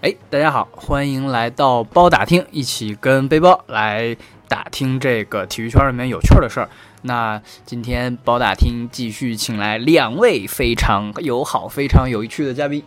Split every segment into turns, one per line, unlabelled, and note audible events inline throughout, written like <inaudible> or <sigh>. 哎，大家好，欢迎来到包打听，一起跟背包来打听这个体育圈里面有趣儿的事儿。那今天包打听继续请来两位非常友好、非常有趣的嘉宾。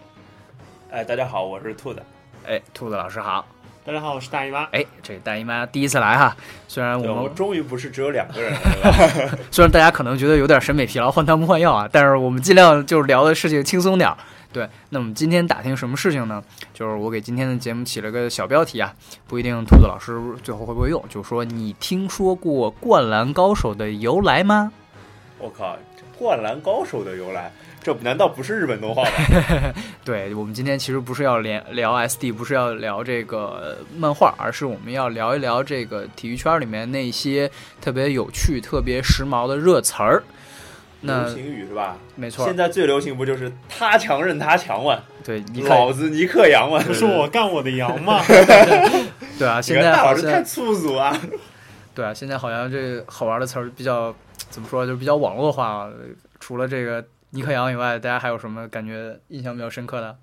哎，大家好，我是兔子。
哎，兔子老师好。
大家好，我是大姨妈。
哎，这大姨妈第一次来哈，虽然
对
我
我
们
终于不是只有两个人了，对吧？
虽然大家可能觉得有点审美疲劳，换汤不换药啊，但是我们尽量就是聊的事情轻松点儿。对，那我们今天打听什么事情呢？就是我给今天的节目起了个小标题啊，不一定兔子老师最后会不会用，就说你听说过《灌篮高手》的由来吗？
我靠，这《灌篮高手》的由来，这难道不是日本动画吗？
对我们今天其实不是要连聊 SD，不是要聊这个呃漫画，而是我们要聊一聊这个体育圈里面那些特别有趣、特别时髦的热词儿。那
流行语是吧？
没错
现，在最流行不就是他强任他强吗？
对，你看，
老子尼克杨吗？
不是我干我的羊吗？
对啊，
你
现
看
在
大
好
老师
像
太粗俗啊！
对啊，现在好像这好玩的词儿比较怎么说，就是比较网络化啊。除了这个尼克杨以外，大家还有什么感觉印象比较深刻的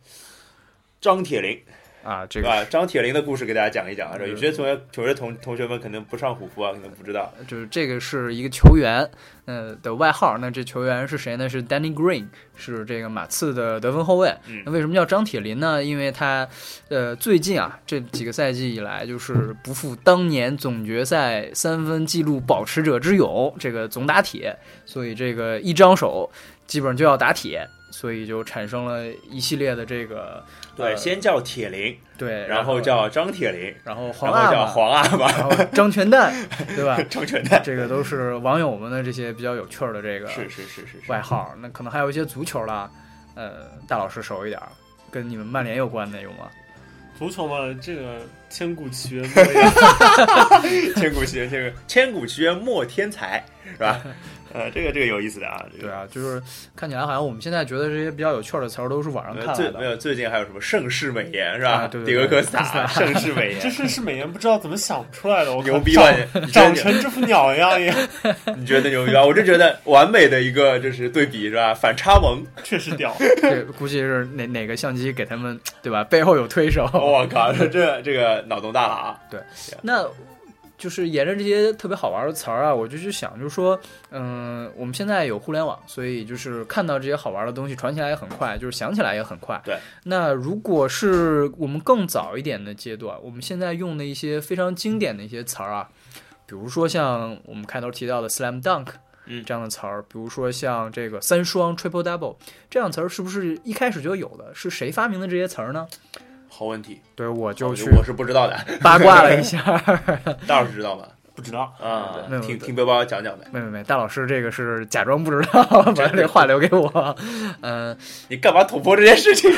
张铁林
啊？这
是
个
吧？张铁林的故事给大家讲一讲啊，
嗯
有些同学、有些同同学们可能不上虎扑啊，可能不知道。
就是这个是一个球员，呃的外号。那这球员是谁呢？是 Danny Green，是这个马刺的得分后卫。
嗯
那为什么叫张铁林呢？因为他，呃，最近啊这几个赛季以来，就是不负当年总决赛三分纪录保持者之勇，这个总打铁，所以这个一张手基本上就要打铁，所以就产生了一系列的这个
对，
呃
先叫铁林，
对，
然后叫张铁林，
然后
然
皇阿
后叫
玛，
皇阿玛、
然后张全蛋，对吧？
张全 <laughs> 蛋。
这个都是网友们的这些比较有趣儿的这个
是是是是是
外。号。那可能还有一些足球啦，呃，大老师熟一点儿，跟你们曼联有关的有吗？
足球嘛，这个千古奇冤莫也。
千古奇冤，千古千古奇冤莫天才，是
<laughs>
吧？呃，这个这个有意思的啊，这
对
个。
啊，就是看起来好像我们现在觉得这些比较有趣儿的词儿都是网上
呃
看来
最没
的。
有最近还有什么盛世美颜是吧？
啊对对对
迭戈科
<laughs>
斯塔盛世美
这
颜，
事是美颜不知道怎么想出来的，我靠
<laughs> 牛逼吧
长？
你你真
长
的
成这副鸟一样也，
你觉得牛逼吧？我就觉得完美的一个就是对比是吧？反差
<laughs>
萌，
确实屌。
这 <laughs> 估计是哪哪个相机给他们对吧？背后有推
<laughs>
手。
哦我靠，这这这个脑洞大了啊！
那就是沿着这些特别好玩的词儿啊，我就去想，就是说，嗯、我们现在有互联网，所以就是看到这些好玩的东西传起来也很快，就是想起来也很快。
对。
那如果是我们更早一点的阶段，我们现在用的一些非常经典的一些词儿啊，比如说像我们开头提到的 slam dunk。
嗯
这样的词儿，比如说像这个三双 triple double 这样词儿，是不是一开始就有的？是谁发明的这些词儿呢？
好问题，
对，我就
我
去
哦我是不知道的， <laughs>
八卦了一下，
大老师知道吗？
不知道，
啊
没有，
听
对
听背包讲讲呗。
没没没，大老师这个是假装不知道， <laughs> 把这话留给我。嗯
你干嘛捅破这件
<laughs>
事情？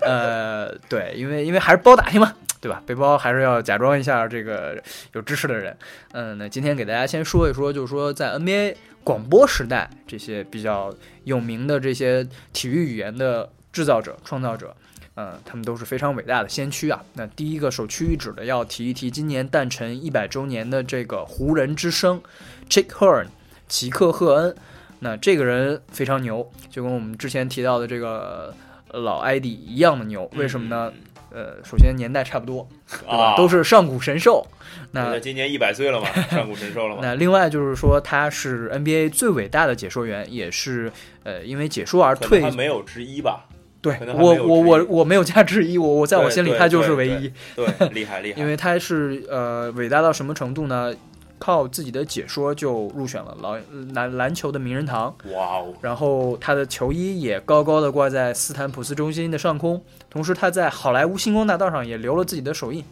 呃对，因为因为还是包打听嘛，对吧？背包还是要假装一下这个有知识的人。嗯，那今天给大家先说一说，就是说在 NBA 广播时代，这些比较有名的这些体育语言的制造者、创造者。嗯，他们都是非常伟大的先驱啊。那第一个首屈一指的要提一提今年诞辰一百周年的这个湖人之声 Chick Hearn 齐克赫恩。那这个人非常牛，就跟我们之前提到的这个呃老艾迪一样的牛。为什么呢？呃，首先年代差不多，对吧？
啊，
都是上古神兽。那
那今年一百岁了嘛，上古神兽了嘛。
<laughs> 那另外就是说，他是 NBA 最伟大的解说员，也是呃因为解说而
可能
退
还。没有之一吧，
对
可能还没
我
有
我
之一
我我没有加之一，我我在我
对
心里
对
他就是
对
唯
对
一，
对，厉害厉害。
因为他是呃伟大到什么程度呢？靠自己的解说就入选了老篮篮球的名人堂，
哇哦，
然后他的球衣也高高的挂在斯坦普斯中心的上空，同时他在好莱坞星光大道上也留了自己的手印。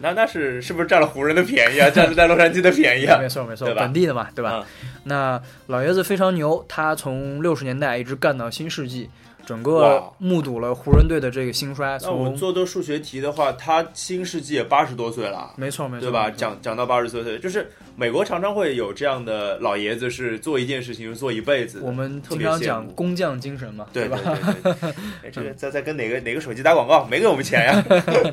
那那是是不是占了湖人的
<laughs>
便宜啊？占了占洛杉矶的便宜啊？
没错没错，
对吧嗯
本地的嘛，对吧？那老爷子非常牛，他从六十年代一直干到新世纪，整个
哇
目睹了湖人队的这个兴衰。
那我们
从
做做数学题的话，他新世纪也八十多岁了，
没错没错，
对吧？
没错
讲讲到八十多岁，就是美国常常会有这样的老爷子，是做一件事情是做一辈子的。
我们
特
经
别
常
羡
讲
慕
工匠精神嘛，
对
吧？
对对对对，哎这个在在跟哪个哪个手机打广告？没给我们钱呀！
<laughs>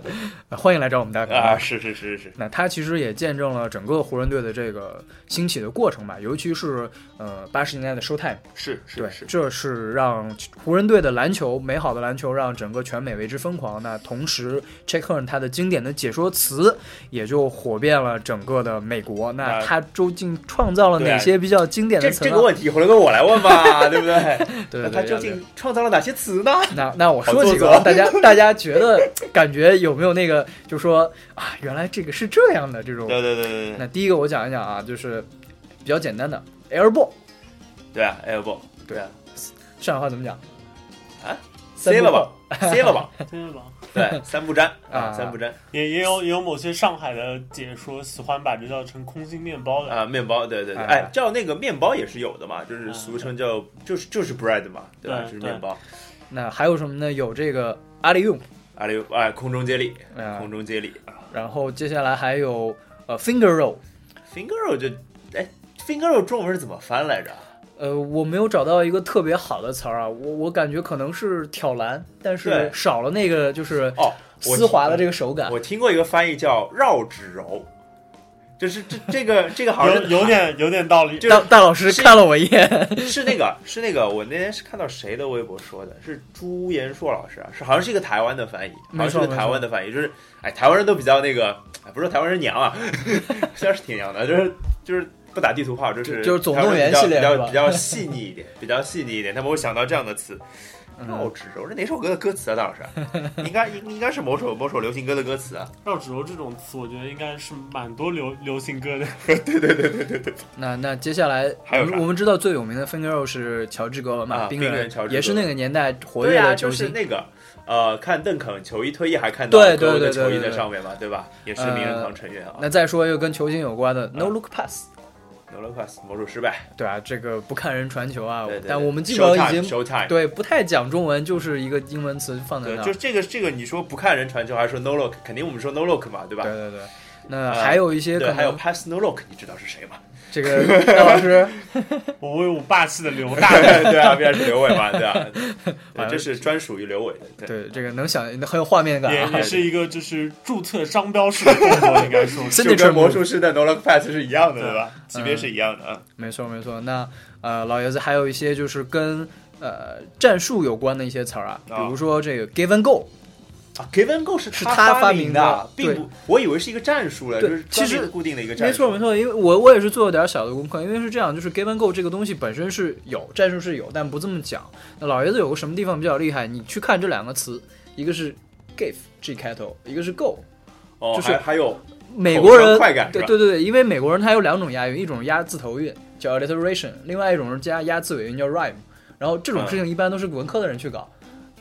呃欢迎来找我们大哥
啊，是是是是，
那他其实也见证了整个湖人队的这个兴起的过程吧，尤其是呃八十年代的 Showtime，
是
对
是，是，
这是让湖人队的篮球，美好的篮球让整个全美为之疯狂。那同时 c h a k e r n 他的经典的解说词也就火遍了整个的美国。那
啊
他究竟创造了
对啊
哪些比较经典
这
的词
这
呢？
个问题回头跟我来
<laughs>
问吧，对不对？
啊对
那
对
他
对对对
究竟创造了哪些词呢？
那那我
好
说
做
几个
作
啊，大家大家觉得感觉有没有那个，就说啊，原来这个是这样的这种。
对对对对对
那第一个我讲一讲啊，就是比较简单的 air ball，
对啊，air ball，
对
对啊
上海话怎么讲？
，C
三
了
步
吧
<laughs>
，C 了吧，
对吧？
对，三不沾
啊
啊，三不沾
也也有也有某些上海的解说喜欢把这叫成空心面包的，
啊，面包，对对对，
哎
哎，叫那个面包也是有的嘛，就是
啊
嗯
俗称叫就是就是 bread 嘛，对吧？
对
就是
对
面包，
那还有什么呢？有这个阿里用，
啊溜，哎，空中接力，
啊
空中接力
然后接下来还有呃 finger roll，
，finger roll 就，哎，finger roll 中文是怎么翻来着？
呃，我没有找到一个特别好的词儿啊，我我感觉可能是挑篮，但是
对
少了那个就是
哦，我
丝滑的这个手感。
我听过一个翻译叫绕指柔，就是这这个这个好像
有
是
有点有点道理。
就
大大老师
是
看了我一
<laughs>
眼，
是那个是那个，我那天是看到谁的微博说的，是朱延硕老师啊，是好像是一个台湾的翻译，
没
好像
错
是个台湾的翻译，就是哎，台湾人都比较那个，哎，不是台湾人娘啊， <laughs> 虽然是挺娘的，就是就是不打地图炮，就是
就就是总动员系列
台湾
是吧
人比较比较比较细腻一点，比较细腻一点，他们会想到这样的词。绕
嗯
指柔，这哪首歌的歌词啊？大老师，应该应应该是某首某首流行歌的
<laughs>
歌词啊。
绕指柔这种词，我觉得应该是蛮多流流行歌的。
那那接下来
还有啥
我们我们知道最有名的 finger roll 是乔治格文嘛，
啊
冰
冰
人
人乔治
也是
格
那
文
个年代活
对
跃
啊，
的球
就是
星。
那个呃，看邓肯球衣退役还看到
对
格
对
罗
对
的
对
球衣
对
在
对
上面嘛，对吧？也是名人堂成员啊。
那再说一个跟球星有关
啊
的 no look pass，
n o l o p a s 魔术失败，
对啊，这个不看人传球啊
对对，对
但我们基本上已经
Showtime，
对嗯不太讲中文，就是一个英文词放
Showtime，
在那
对，
儿。
就是这个这个，你说不看人传球，还是说 No Look，肯定我们说 No Look 嘛，对吧？
对对对，那
呃
还有一些可
对，还有
能
Pass No Look，你知道是谁
<laughs>
吗？
这个大老
<laughs>
师
我为我霸气的刘大人，
对啊，必然是刘伟嘛，
<laughs>
对啊，
好
对这是专属于刘伟
嗯
的。对
对这个能想很有画面感
也
啊
也。是一个就是注册商标式的动作，应该说
真
是
的嗯
就
传
跟
不
魔术师的 No Look Pass 是一样的，
对
对吧？级别是一样的啊。
没错没错，那呃老爷子还有一些就是跟呃战术有关的一些词儿啊，比
啊
如说这个 give and go，
啊，Give and Go 是
是他
他
发明
明
的
并
对
不，我以为是一个战术了，
对
就是
其实
专门固定的一个战
没
术。
错没错，因为我我也是做了点小的功课，因为是这样，就是 give and go 这个东西本身是有战术是有，但不这么讲。那老爷子有个什么地方比较厉害？你去看这两个词，一个是 give G 开头，一个是 go。
哦，
就是
还还有
美国
口
人
腔快感是
对
吧
对对对，因为美国人他有两种押韵，一种是押字头韵叫 alliteration，另外一种是加押字尾韵叫 rhyme。然后这种事情一般都是文科的人去搞，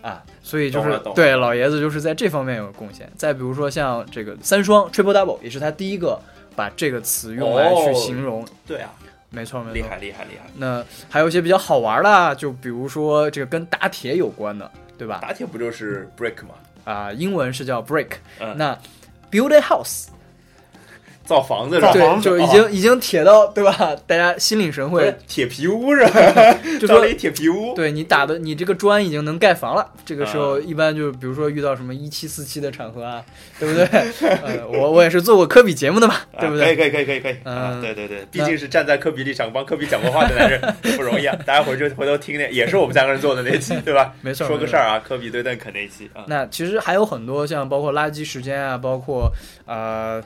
啊，所以就
嗯懂
是
了懂了
对老爷子就是在这方面有贡献。再比如说像这个三双 triple double，也是他第一个把这个词用来去形容。
对啊，
没错没
哦厉
错。
害厉害厉害！
那还有一些比较好玩的啊，就比如说这个跟打铁有关的，对吧？
打铁不就是 break 吗？
啊、英文是叫 break，、
嗯
那 build a house。
造房子是
造
吧？
对，
房子
就是已
哦
经已经铁到对吧？大家心领神
不是
会，
铁皮屋是吧？
<laughs> 就
造
说
了一铁皮屋。
对你打的你这个砖已经能盖房了。这个时候
啊
一般就是比如说遇到什么一七四七的场合啊，对不对？呃，我我也是做过科比节目的嘛，<laughs>
啊
对不对？
可以可以可以可以可以啊！
嗯
对对对，毕竟是站在科比立场帮科比讲过话的男人不容易啊！大家回去回头听那，也是我们三个人做的那期，对吧？
没错，
说个
没错
事儿啊，科比对邓肯那一期啊，
那其实还有很多像包括垃圾时间啊，包括呃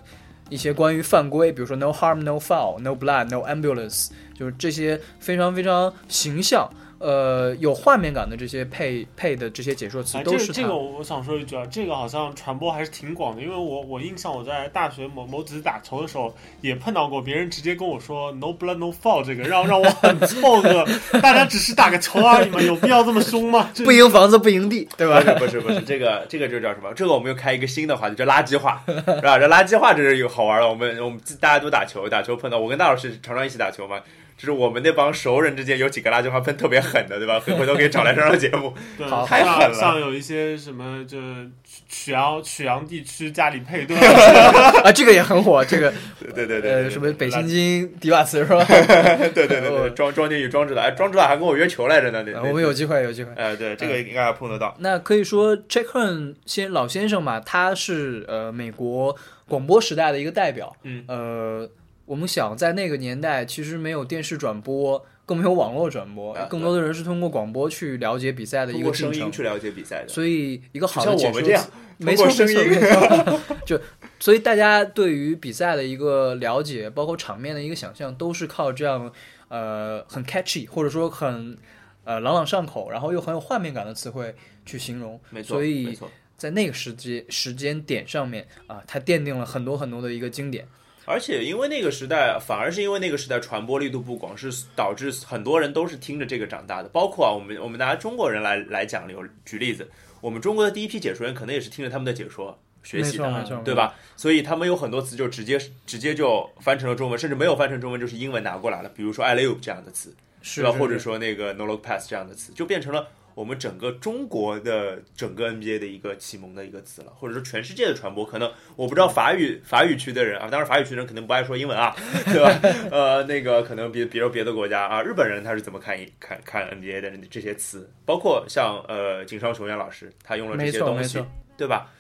一些关于犯规，比如说 no harm no foul no blood no ambulance，就是这些非常非常形象。呃，有画面感的这些配配的这些解说词
啊
哎，这
都
个
是他
这个我我想说一句啊，这个好像传播还是挺广的，因为我我印象我在大学某某几次打球的时候也碰到过别人直接跟我说 “no blood no foul” 这个让让我
<laughs>
很错愕，大家只是打个球而已嘛，有必要这么凶吗？这
不赢房子不赢地，对吧？
不是不是不是，这个这个就叫什么？这个我们又开一个新的话题，叫垃圾话，是吧？这垃圾话这是有好玩的。我们我们大家都打球，打球碰到我跟大老师常常一起打球嘛，就是我们那帮熟人之间有几个垃圾话喷特别狠的，对吧？回回头可以找来上上节目。
对，
好
太狠
像
了
像有一些什么，就曲曲阳曲阳地区家里配对，
<laughs> 啊，这个也很火，这个
对对对对对
呃
对，
什么北新津迪瓦茨是吧？
<laughs> 对对对对，庄庄靖宇、庄指导，哎，庄指导还跟我约球来着呢。那
啊我们有，哎机会有机会
那。呃，对，这个应该还碰得到。
那可以说 c h a c k e n 先老先生嘛，他是呃美国广播时代的一个代表。
嗯，
呃，我们想在那个年代，其实没有电视转播，更没有网络转播
啊，
更多的人是通过广播去了解比赛的一
通
个
过
进
声音
程。
去了解比赛的。
所以，一个好的
像
解
我
说
们这样，
没
通
错
过声音
没错没错 <laughs> 就所以大家对于比赛的一个了解，包括场面的一个想象，都是靠这样呃很 catchy 或者说很呃朗朗上口，然后又很有画面感的词汇去形容。
没错，
所
没
以
错。
在那个时间时间点上面啊、它奠定了很多很多的一个经典。
而且因为那个时代，反而是因为那个时代传播力度不广，是导致很多人都是听着这个长大的。包括啊，我们我们拿中国人来来讲，有举例子，我们中国的第一批解说员可能也是听着他们的解说学习
没错
的，
没错，
对吧？所以他们有很多词就直接直接就翻成了中文，甚至没有翻成中文就是英文拿过来了，比如说 “I love” 这样的词，
是
吧？
是
或者
是
说那个 “no look pass” 这样的词，就变成了。我们整个中国的整个 NBA 的一个启蒙的一个词了，或者说全世界的传播，可能我不知道法语法语区的人啊，当然法语区的人肯定不爱说英文啊，对吧？ <laughs> 呃，那个可能比比如别的国家啊，日本人他是怎么看一看看 NBA 的这些词，包括像呃井上雄彦老师，他用了这
没
些
错
东
没
西
错，，
<laughs> 对吧？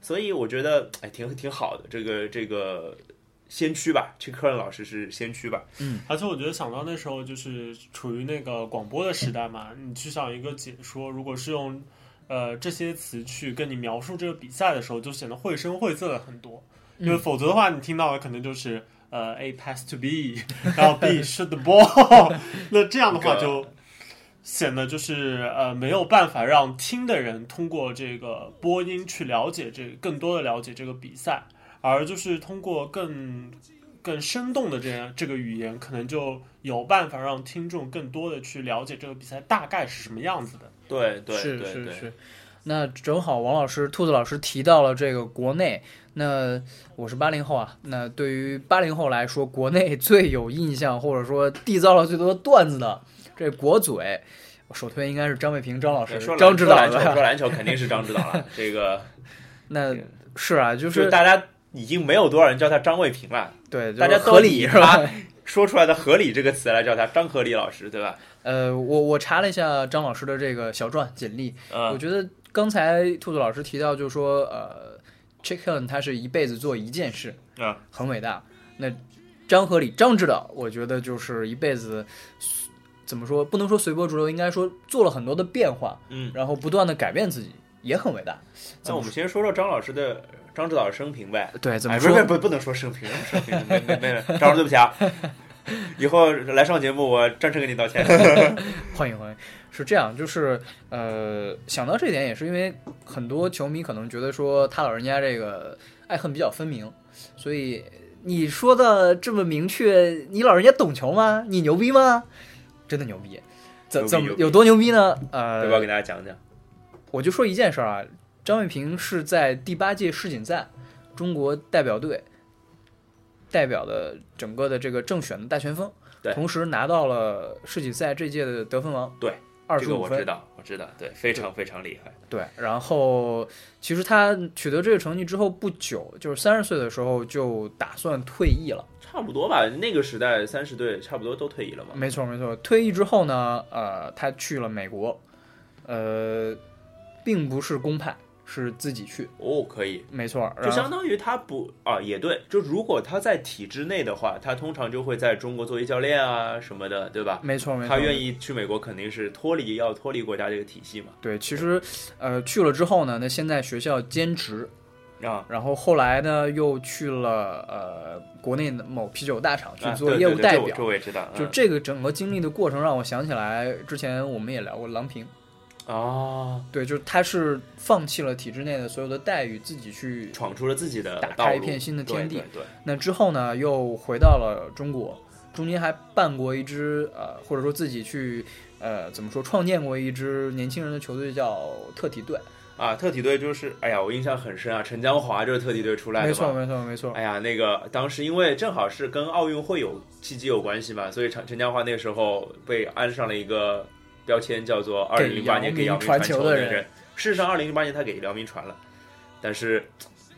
所以我觉得哎，挺挺好的，这个这个先驱吧，这科任老师是先驱吧？
而且我觉得想到那时候就是处于那个广播的时代嘛，你去想一个解说，如果是用呃这些词去跟你描述这个比赛的时候，就显得绘声绘色了很多。因为否则的话，你听到的可能就是呃 A pass to B，然 <laughs> 后 B shoot the ball，那 <laughs> 这样的话就显得就是呃没有办法让听的人通过这个播音去了解这更多的了解这个比赛，而就是通过更更生动的这样这个语言，可能就有办法让听众更多的去了解这个比赛大概是什么样子的。
对对
是
对
是
对，
是。那正好王老师、兔子老师提到了这个国内，那我是八零后啊，那对于八零后来说，国内 <laughs> 最有印象或者说缔造了最多段子的这国嘴，我首推应该是张卫平张老师
呃说、
呃
篮
张指导
说篮球，说
的。
篮球肯定是张指导
<laughs>
了。这个
那是啊，就
就是是大家已经没有多少人叫他张卫平了，
对，
大家
就是
都
合理
以
是吧？
他说出来的“合理”这个词来叫他张合理老师，对吧？
<laughs> 呃，我我查了一下张老师的这个小传简历，我
嗯，
觉得刚才兔子老师提到，就是说，呃，Chicken 他是一辈子做一件事，
啊，
很伟大。那张和李张指导，我觉得就是一辈子怎么说，不能说随波逐流，应该说做了很多的变化，
嗯，
然后不断的改变自己，也很伟大。怎
那我
么说？
们先说说张老师的张指导的生平呗。
对，怎么
哎，不是
说？
不是不能说生平，生平没没没，张老师对不起啊，以后来上节目我专程给
<laughs>
你道歉。
欢迎欢迎，是这样，就是呃，想到这点也是因为很多球迷可能觉得说他老人家这个爱恨比较分明，所以你说的这么明确，你老人家懂球吗？你牛逼吗？真的牛逼，
牛
怎
逼
怎么
牛逼
有多牛逼呢？
要不要
呃，
给大家讲讲？
我就说一件事儿啊，张卫平是在第八届世锦赛中国代表队代表的整个的这个正选的大前锋
对，
同时拿到了世锦赛这届的得分王，
对，
二
这
十
个
五
我
分
知。道，我知道，对，非常非常厉害。
对，然后其实他取得这个成绩之后不久，就是三十岁的时候就打算退役了。
差不多吧，那个时代三十队差不多都退役了嘛。
没错没错，退役之后呢，呃，他去了美国，呃，并不是公派，是自己去。
哦，可以，
没错，
就
然后
相当于他不啊，也对，就如果他在体制内的话，他通常就会在中国作为教练啊什么的，对吧？
没错嗯没错，
他愿意去美国，肯定是脱离要脱离国家这个体系嘛。
对，其实呃去了之后呢，那现在学校兼职，
啊，
然后后来呢又去了呃国内的某啤酒大厂去
啊
做
对
业务
对对
代
这我
表。
这我也知道。嗯
就这个整个经历的过程，让我想起来之前我们也聊过郎平，
啊，哦
对，就是他是放弃了体制内的所有的待遇，自己去。
闯出了自己的
打
道
开
路
一片新的
对
天地
对对
那之后呢，又回到了中国，中间还办过一支呃，或者说自己去呃，怎么说，创建过一支年轻人的球队，叫特体队。
啊，特体队就是，哎呀，我印象很深啊，陈江华就是特体队出来的嘛。
没错，没错，没错。
哎呀，那个当时因为正好是跟奥运会有契机有关系嘛，所以陈陈江华那个时候被安上了一个标签，叫做“二零零八年给姚明传球
给姚
的
明传球的人
事实上，二零零八年他给姚明传了，但是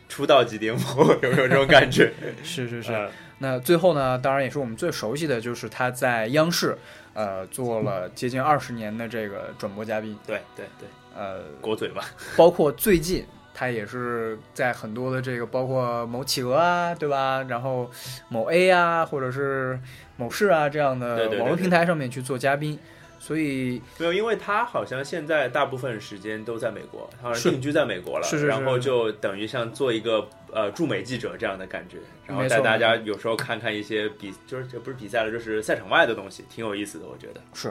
出道即巅峰， <laughs> 有没有这种感 <laughs> 觉？
是是是。
嗯
那最后呢，当然也是我们最熟悉的就是他在央视，呃，做了接近二十年的这个转播嘉宾，
对对对，
呃，
国嘴嘛，
包括最近他也是在很多的这个，包括某企鹅啊，对吧？然后某 A 啊，或者是某视啊这样
对
的
对对
网络
对
平台上面去做嘉宾，所以
没有，因为他好像现在大部分时间都在美国，他好
是
像定居在美国了，
是是是
然后就等于像做一个呃驻美记者这样的感觉，然后
没
带
错
大家有时候看看一些比，就是这不是比赛了，就是赛场外的东西，挺有意思的，我觉得。
是，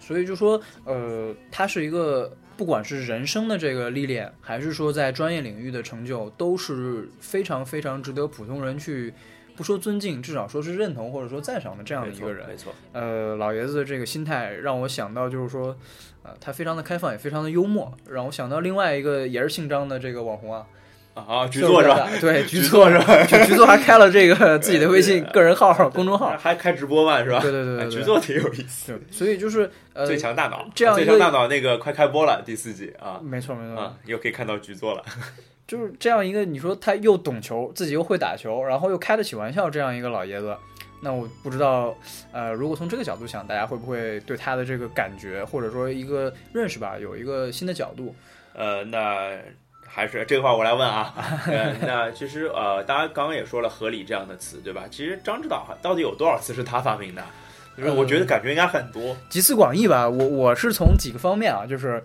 所以就说，呃，它是一个不管是人生的这个历练，还是说在专业领域的成就，都是非常非常值得普通人去不说尊敬，至少说是认同或者说赞赏的这样的
没
一
错
个人
没。错，
呃，老爷子的这个心态让我想到就是说，呃，他非常的开放，也非常的幽默，让我想到另外一个也是姓张的这个网红啊，
啊 <laughs> 啊，局座是吧？？ <laughs>
对，
局
局座是吧？局座还开了这个自己的微
<laughs>
信
对
个人号、公众号，
还开直播嘛是吧？
啊对对对对对
局座挺有意思。
对，所以就是呃，
最强大脑，
这样
最
一个嗯
强大脑那个快开播了，第四季啊
没错没错，
啊，又可以看到局座了。
就是这样一个，你说他又懂球，自己又会打球，然后又开得起玩笑，这样一个老爷子，那我不知道，呃，如果从这个角度想，大家会不会对他的这个感觉或者说一个认识吧，有一个新的角度？
呃，那还是这个话我来
<laughs>
问啊。呃、那其实呃，大家刚刚也说了“合理”这样的词，对吧？其实张指导到底有多少词是他发明的？就是我
嗯
觉得感觉应该很多。
集思广益吧，我我是从几个方面啊，就是，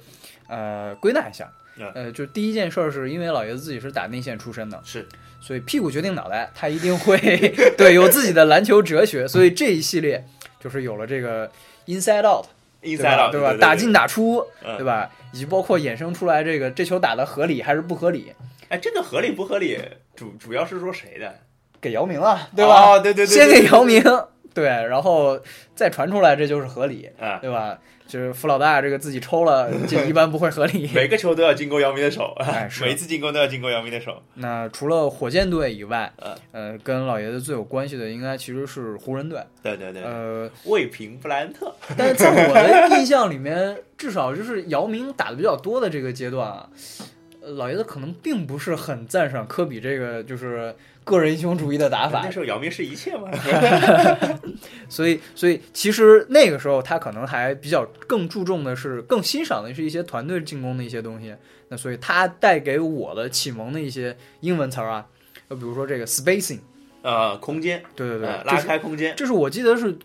呃，归纳一下
嗯，
呃，就第一件事儿是因为老爷子自己是打内线出身的，
是
所以屁股决定脑袋，他一定会 <laughs> 对有自己的篮球哲学，所以这一系列就是有了这个 inside out。对
inside
吧
out，
对
对
吧？
对
打进。打出，
嗯
对吧？以及包括衍生出来这个这球打的合理还是不合理，
哎，这个合理不合理，主主要是说谁的？
给姚明啊，对吧？
哦，对对对，
先给
对
姚。明， <laughs> 对，然后再传出来，这就是合理，
啊，
对
<laughs>
吧？就是弗老大这个自己抽了，这一般不会合理。
每个球都要进攻姚明的手，
哎 <laughs> 是
每一次进攻都要进攻姚明的手。
那除了火箭队以外
嗯，
呃，跟老爷子最有关系的应该其实是湖人队。
对对对，
呃，
卫平布莱恩特，
<laughs> 但是在我的印象里面，至少就是姚明打的比较多的这个阶段啊，呃老爷子可能并不是很赞赏科比这个就是个人英雄主义的打法
那，时候姚明是一切
<laughs>
嘛。
所以所以其实那个时候他可能还比较更注重的是更欣赏的是一些团队进攻的一些东西，那所以他带给我的启蒙的一些英文词儿啊，呃，比如说这个 spacing，
呃，空间，
对对对，
呃
这
拉
是
开空间。
这是我记得是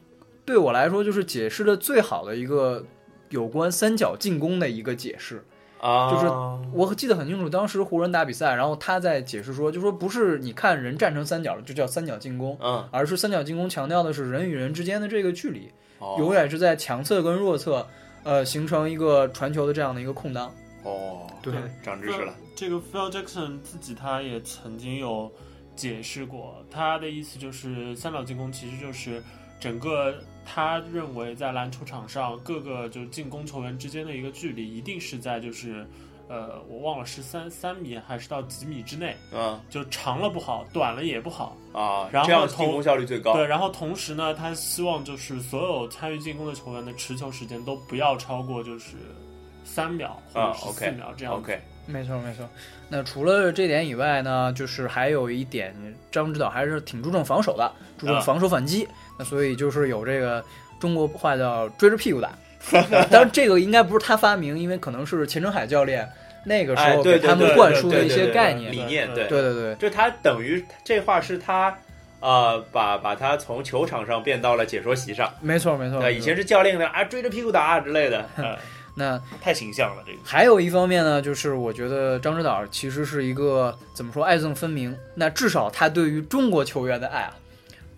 对我来说就是解释的最好的一个有关三角进攻的一个解释。
啊，
就是我记得很清楚，当时湖人打比赛，然后他在解释说，就说不是你看人站成三角了就叫三角进攻，
嗯，
而是三角进攻强调的是人与人之间的这个距离，
哦
永远是在强侧跟弱侧，呃，形成一个传球的这样的一个空档。
哦，
对
长知识了。
这个 Phil Jackson 自己他也曾经有解释过，他的意思就是三角进攻其实就是整个他认为在篮球场上各个就是进攻球员之间的一个距离一定是在就是。呃，我忘了是三三米还是到几米之内，
嗯
就长了不好，短了也不好，
啊，
然后
这样
投
进攻效率最高。
对，然后同时呢，他希望就是所有参与进攻的球员的持球时间都不要超过就是三秒或者
啊
是四
，OK
秒这样子。
OK，
没错没错。那除了这点以外呢，就是还有一点，张指导还是挺注重防守的，注重
啊
防守反击。那所以就是有这个中国话叫追着屁股打。呃当然，这个应该不是他发明，因为可能是钱程海教练那个时
哎，
候
对
给
对
他们
对
灌
对
输
对
的一
对
些
对
概
对
念。
理念，
对
对对对，
就他等于这话是他。呃，把把他从球场上变到了解说席上。
没错没错。
那
没错
以前是教练的啊，追着屁股打啊之类的，呃
那
太形象了这个。
还有一方面呢，就是我觉得张指导其实是一个怎么说爱憎分明，那至少他对于中国球员的爱啊，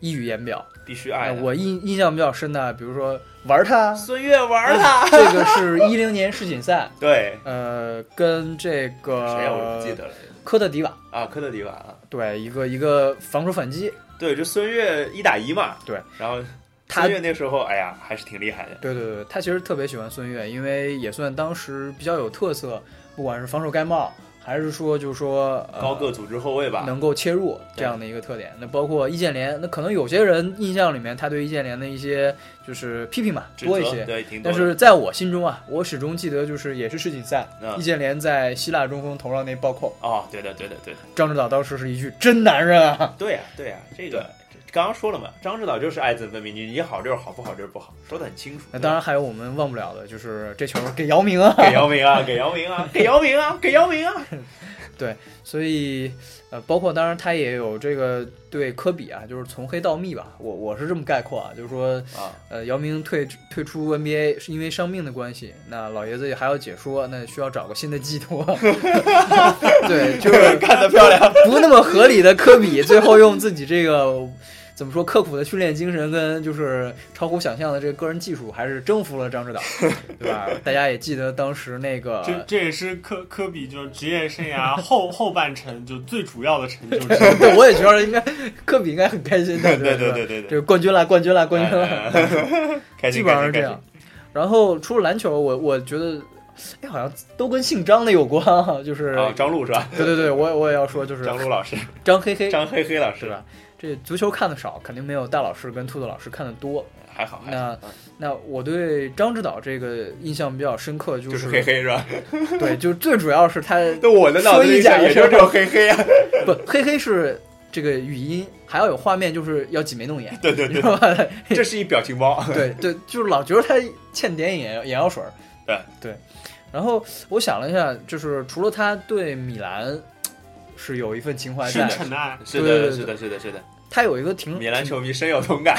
溢于言表。
必须爱
呃
的。
我印印象比较深的，比如说玩
<laughs>
他，
孙悦玩
<laughs>
他，
这个是一零年世锦赛，
对，
呃，跟这
呃
谁呀？我不记
个
得了。
科特迪瓦
啊，科特迪瓦啊，
对一个一个防守反击，
对，就孙悦一打一嘛。
对，
然后
他
孙悦那时候，哎呀，还是挺厉害的。
对对对，他其实特别喜欢孙悦，因为也算当时比较有特色，不管是防守盖帽，还是说就是说、呃、
高个组织后卫吧，
能够切入这样的一个特点。那包括易建联，那可能有些人印象里面他对易建联的一些就是批评吧
指责
多一些，
对，挺多
但
的。
是在我心中啊，我始终记得就是也是世锦赛，
嗯
易建联在希腊中锋头上那暴扣，
哦，对的，对的，对的，
张指导当时是一句真男人啊，
对呀、对呀、这个这刚刚说了嘛，张指导就是爱憎分明，你你好就是好，不好就是不好，说的很清楚。
那当然还有我们忘不了的就是这球给姚明啊， <laughs>
给姚明啊，给姚明啊，给姚明啊，给姚明啊，
所以呃，包括当然他也有这个对科比啊，就是从黑到密吧，我我是这么概括啊，就是说
啊，
呃，姚明退退出 NBA 是因为伤病的关系，那老爷子也还要解说，那需要找个新的寄
<laughs>
托， <laughs> 对，就是
干得漂亮，
不那么合理的科比，最后用自己这个怎么说刻苦的训练精神跟就是超乎想象的这个个人技术，还是征服了张指
<laughs>
导，对吧？大家也记得当时那
呃
个
这这也是科科比就是职业生涯后 <laughs> 后半程就最主要的成就之
<laughs>
<laughs>
一。
对，我也觉得应该科比应该很开心的，对
对对对对
这
对，
个冠军啦，冠军啦，冠军啦，
哎哎哎哎开
基
心
本上
开
是这
心开
样
心，。
然后除了篮球，我我觉得，哎，好像都跟姓张的有关啊， <laughs> 就是，
啊，张璐是吧？
对对对，我也我也要说，就是
张璐老师，
张黑黑，
张黑黑老师
是吧？这足球看的少，肯定没有大老师跟兔子老师看的多。
还好，还好
那那我对张指导这个印象比较深刻，就
就是是黑黑是吧？
对，就最主要是
<laughs>
他
那我的脑子里想也就只有黑黑啊，
不黑黑是这个语音，还要有画面，就是要挤眉弄眼，
对对
你
<laughs> 对
知，道吧？ <laughs>
这是一表情包，
对对，就是老觉得他欠点眼眼药水儿。
<laughs> 对
对，然后我想了一下，就是除了他对米兰是有一份情怀
深
在，
沉的爱，
是
对对
的，
对
是的，是的，是的，
他有一个挺
米兰球迷深有同感，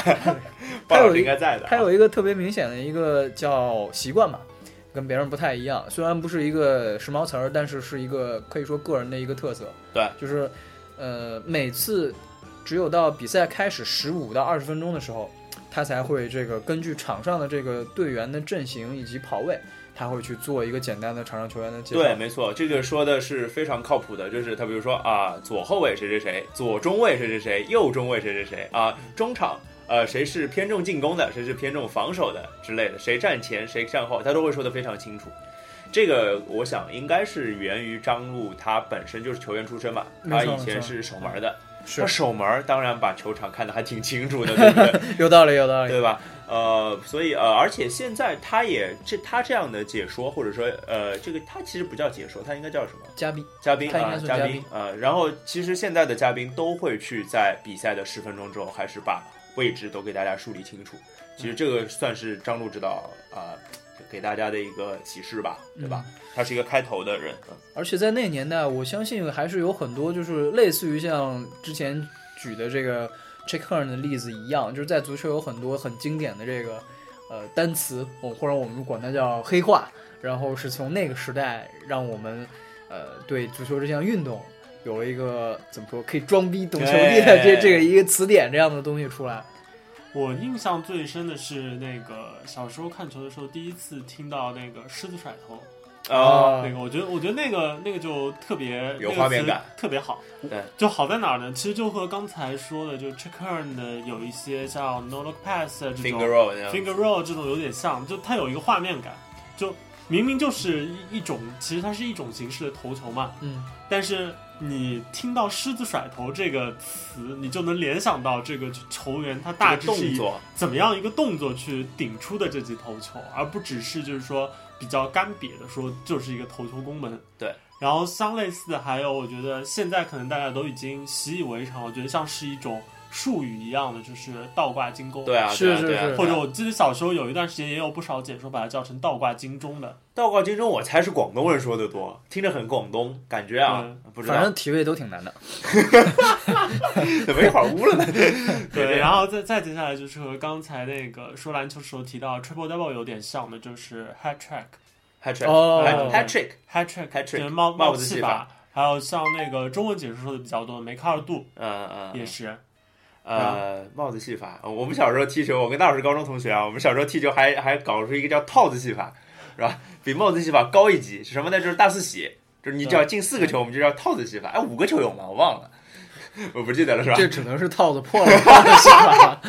鲍
还有一
老师应该在的啊，
他有一个特别明显的一个叫习惯吧，跟别人不太一样。虽然不是一个时髦词儿，但是是一个可以说个人的一个特色。
对，
就是呃，每次只有到比赛开始十五到二十分钟的时候，他才会这个根据场上的这个队员的阵型以及跑位，他会去做一个简单的场上球员的介绍。
对，没错，这个说的是非常靠谱的，就是他比如说啊，左后卫谁谁谁，左中卫谁谁谁，右中卫谁谁谁啊，
嗯
中场呃谁是偏重进攻的，谁是偏重防守的之类的，谁站前谁站后，他都会说的非常清楚。这个我想应该是源于张璐他本身就是球员出身嘛，
没
他
错
以
没
前
错
是守门的，
是
他守门当然把球场看得还挺清楚的，对不对？
有道理，有道理。
对吧？呃，所以呃，而且现在他也这他这样的解说，或者说呃，这个他其实不叫解说，他应该叫什么？
嘉宾，
嘉宾
他应
啊
该，是
嘉
嘉
宾啊。然后其实现在的嘉宾都会去在比赛的十分钟之后，还是把位置都给大家梳理清楚。其实这个算是张璐指导啊、给大家的一个启示吧，对吧？他是一个开头的人，嗯
而且在那个年代，我相信还是有很多就是类似于像之前举的这个 check turn 的例子一样，就是在足球有很多很经典的这个呃单词，我或者我们管它叫黑话，然后是从那个时代让我们呃对足球这项运动有了一个怎么说可以装逼懂球
哎
帝的这
对
这个一个词典这样的东西出来。
我印象最深的是那个小时候看球的时候，第一次听到那个狮子甩头，
哦，
啊
那个我觉得，我觉得那个那个就特别
有画面，
那个
感
词特别好。
对，
就好在哪儿呢？其实就和刚才说的，就 check turn 的有一些像 no look pass 啊这
呃 finger
种
roll 那样
finger roll 这种有点像，就它有一个画面感，就明明就是一一种，其实它是一种形式的投球嘛，
嗯，
但是你听到狮子甩头这个词，你就能联想到这个球员他大
这
致
个
是
动
以
作，啊
怎么样一个动作去顶出的这记头球，而不只是就是说比较干瘪的说就是一个头球攻门。
对。
然后相类似的还有，我觉得现在可能大家都已经习以为常，我觉得像是一种术语一样的，就是倒挂金钩。
对。啊，
是
对啊，
是
对啊
是，
或者我记得小时候有一段时间也有不少解说把它叫成倒挂金钟的，
倒挂金钟，我猜是广东人说的多，听着很广东，感觉啊，不知
反
道
正体位都挺难的。
<laughs> 怎么一会儿污了呢？
<laughs> 对，然后再再接下来就是和刚才那个说篮球时候提到 triple double 有点像的，就是 hat trick。
hat
哦
trick，hat trick，
hat trick
Hat trick，
就是帽
帽子
子
戏
戏
法，
还有像那个中文解说说的比较多的梅开二度
嗯嗯，
也是，
呃，帽子戏法，呃我们小时候踢球，我跟大老师高中同学啊，我们小时候踢球还还搞出一个叫套子戏法，是吧？比帽子戏法高一级，是什么呢？就是大四喜，就是你只要进四个球，我们就叫套子戏法。哎，五个球有吗？我忘了， <laughs> 我不记得了，是吧？
这只能是套子破了套
<laughs>
子戏法，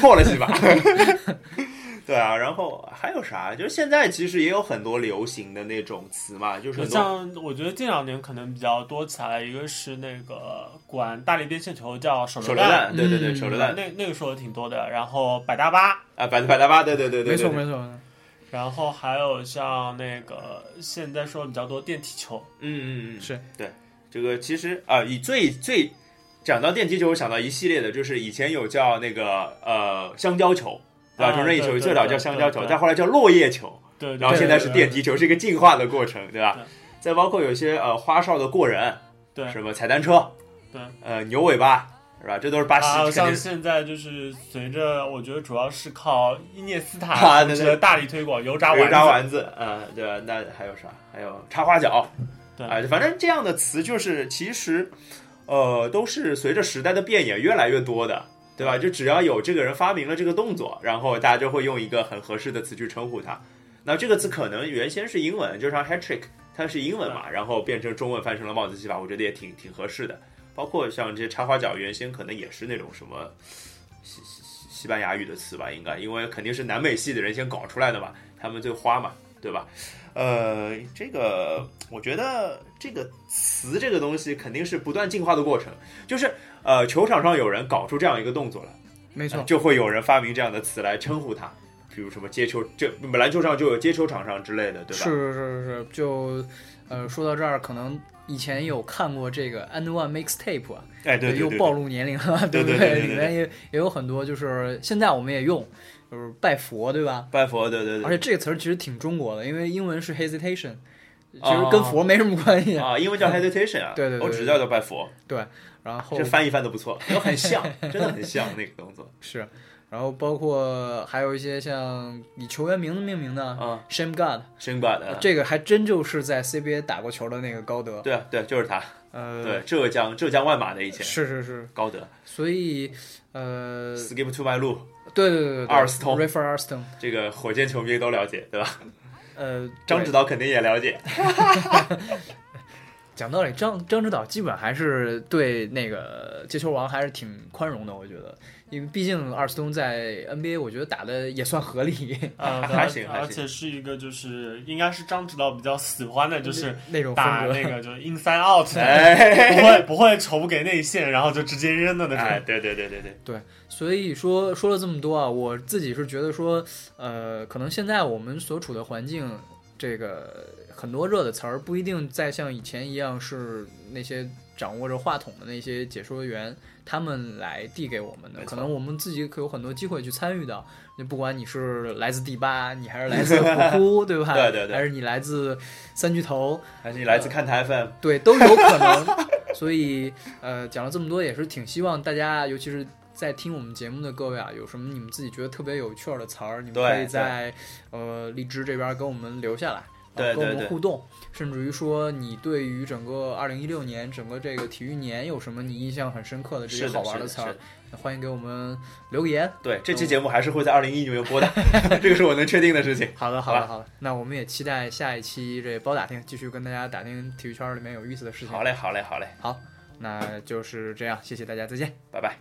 破了戏法。 <laughs> 对啊，然后还有啥？就是现在其实也有很多流行的那种词嘛，就是
就
很多
像我觉得近两年可能比较多起来，一个是那个管大力边线球叫手
手
榴
榴弹，对对对，
嗯
手榴
对
弹
那那个说的挺多的，然后百大巴，
啊，百百大巴，对对对对，
没错
对
没错。
然后还有像那个现在说的比较多电梯球，
嗯嗯嗯，
是
对这个其实啊，以最最讲到电击球，我想到一系列的，就是以前有叫那个呃香蕉球，对吧？
啊
中任意球
对对
最早
对
叫
对
香蕉球，
对
但后来叫落叶球，
对，对
然后现在
对
是
对
电击球，是一个进化的过程，对吧？再包括有些呃花哨的过人，
对
什么踩单车，
对，
呃牛尾巴，是吧？这都是巴西
啊，
肯定
像
是
现在就是随着，我觉得主要是靠伊涅斯
啊
塔
对对
的大力推广，油炸
油炸
丸子，
丸子，啊、对吧？那还有啥？还有插花脚，
对
啊、反正这样的词就是其实，呃，都是随着时代的变演越来越多的，对吧？就只要有这个人发明了这个动作，然后大家就会用一个很合适的词去称呼他。那这个词可能原先是英文，就像 hat trick，它是英文嘛，然后变成中文翻成了帽子戏法，我觉得也挺挺合适的。包括像这些插花脚，原先可能也是那种什么西西西西班牙语的词吧，应该，因为肯定是南美系的人先搞出来的嘛，他们最花嘛，对吧？呃，这个我觉得这个词这个东西肯定是不断进化的过程，就是呃，球场上有人搞出这样一个动作来，
没
呃
错，
就会有人发明这样的词来称呼它，比如什么接球，这篮球上就有接球场上之类的，对吧？
是是是是，就呃说到这儿，可能以前有看过这个 And One Mixtape 啊，
哎，对对对
又暴露年龄了，<laughs>
对
不
对对对对
里面也也有很多，就是现在我们也用，就是拜佛，对吧？
拜佛，对对对，
而且这个词儿其实挺中国的，因为英文是 hesitation，其
哦
实跟佛没什么关系。
啊，英文叫 hesitation 啊，
对对对对
我只知道叫拜佛，
<laughs> 然后
这翻译翻的不错，都很像，真的很像那个动作
是，然后包括还有一些像以球员名字命名的
啊，
Shame God，
申办的，
这个还真就是在 CBA 打过球的那个高德。
啊对啊对，就是他，
呃，
对，浙江浙江万马的以前
是是是，
高德
所以呃，
，skip to my loo，
对对对对，
阿尔斯通
r e f e r a r s t o n
这个火箭球迷都了解，对吧？
呃，
张指
对
导肯定也了 <laughs> 解，
讲道理，张张指导基本还是对那个接球王还是挺宽容的，我觉得，因为毕竟阿尔斯通在 NBA 我觉得打的也算合理， <laughs>
呃，
还行还行
而且是一个就是应该是张指导比较喜欢的，就是
那种风
打
格。
那个就是 inside out，
哎
不会不会筹不给内线，然后就直接扔的那
哎，
种。
对对对对对，
所以说说了这么多啊，我自己是觉得说，呃，可能现在我们所处的环境，这个很多热的词儿不一定再像以前一样是那些掌握着话筒的那些解说员他们来递给我们的
没，错
可能我们自己可有很多机会去参与到。就不管你是来自第八，你还是
<laughs>
来自虎扑，对吧？
对对对
还是你来自三巨头，
还是你来自看台 FM，
对，都有可能。所以，呃，讲了这么多，也是挺希望大家，尤其是在听我们节目的各位啊，有什么你们自己觉得特别有趣儿的词儿，你们
对
可以在呃荔枝这边跟我们留下来。啊
对
然后跟
对
我们
对
互动，甚至于说你对于整个二零一六年整个这个体育年有什么你印象很深刻的这些
是
好
的，
玩
是的，
词
是
儿
的，，
欢迎给我们留个言。
对，这期节目还是会在二零一九年播 <laughs> 的，这个是我能确定的事情。
好的，
好
好的，
吧
好的。那我们也期待下一期这包打听，继续跟大家打听体育圈儿里面有意思的事情。
好嘞，好嘞，好嘞，
好，那就是这样，谢谢大家，再见。
拜拜。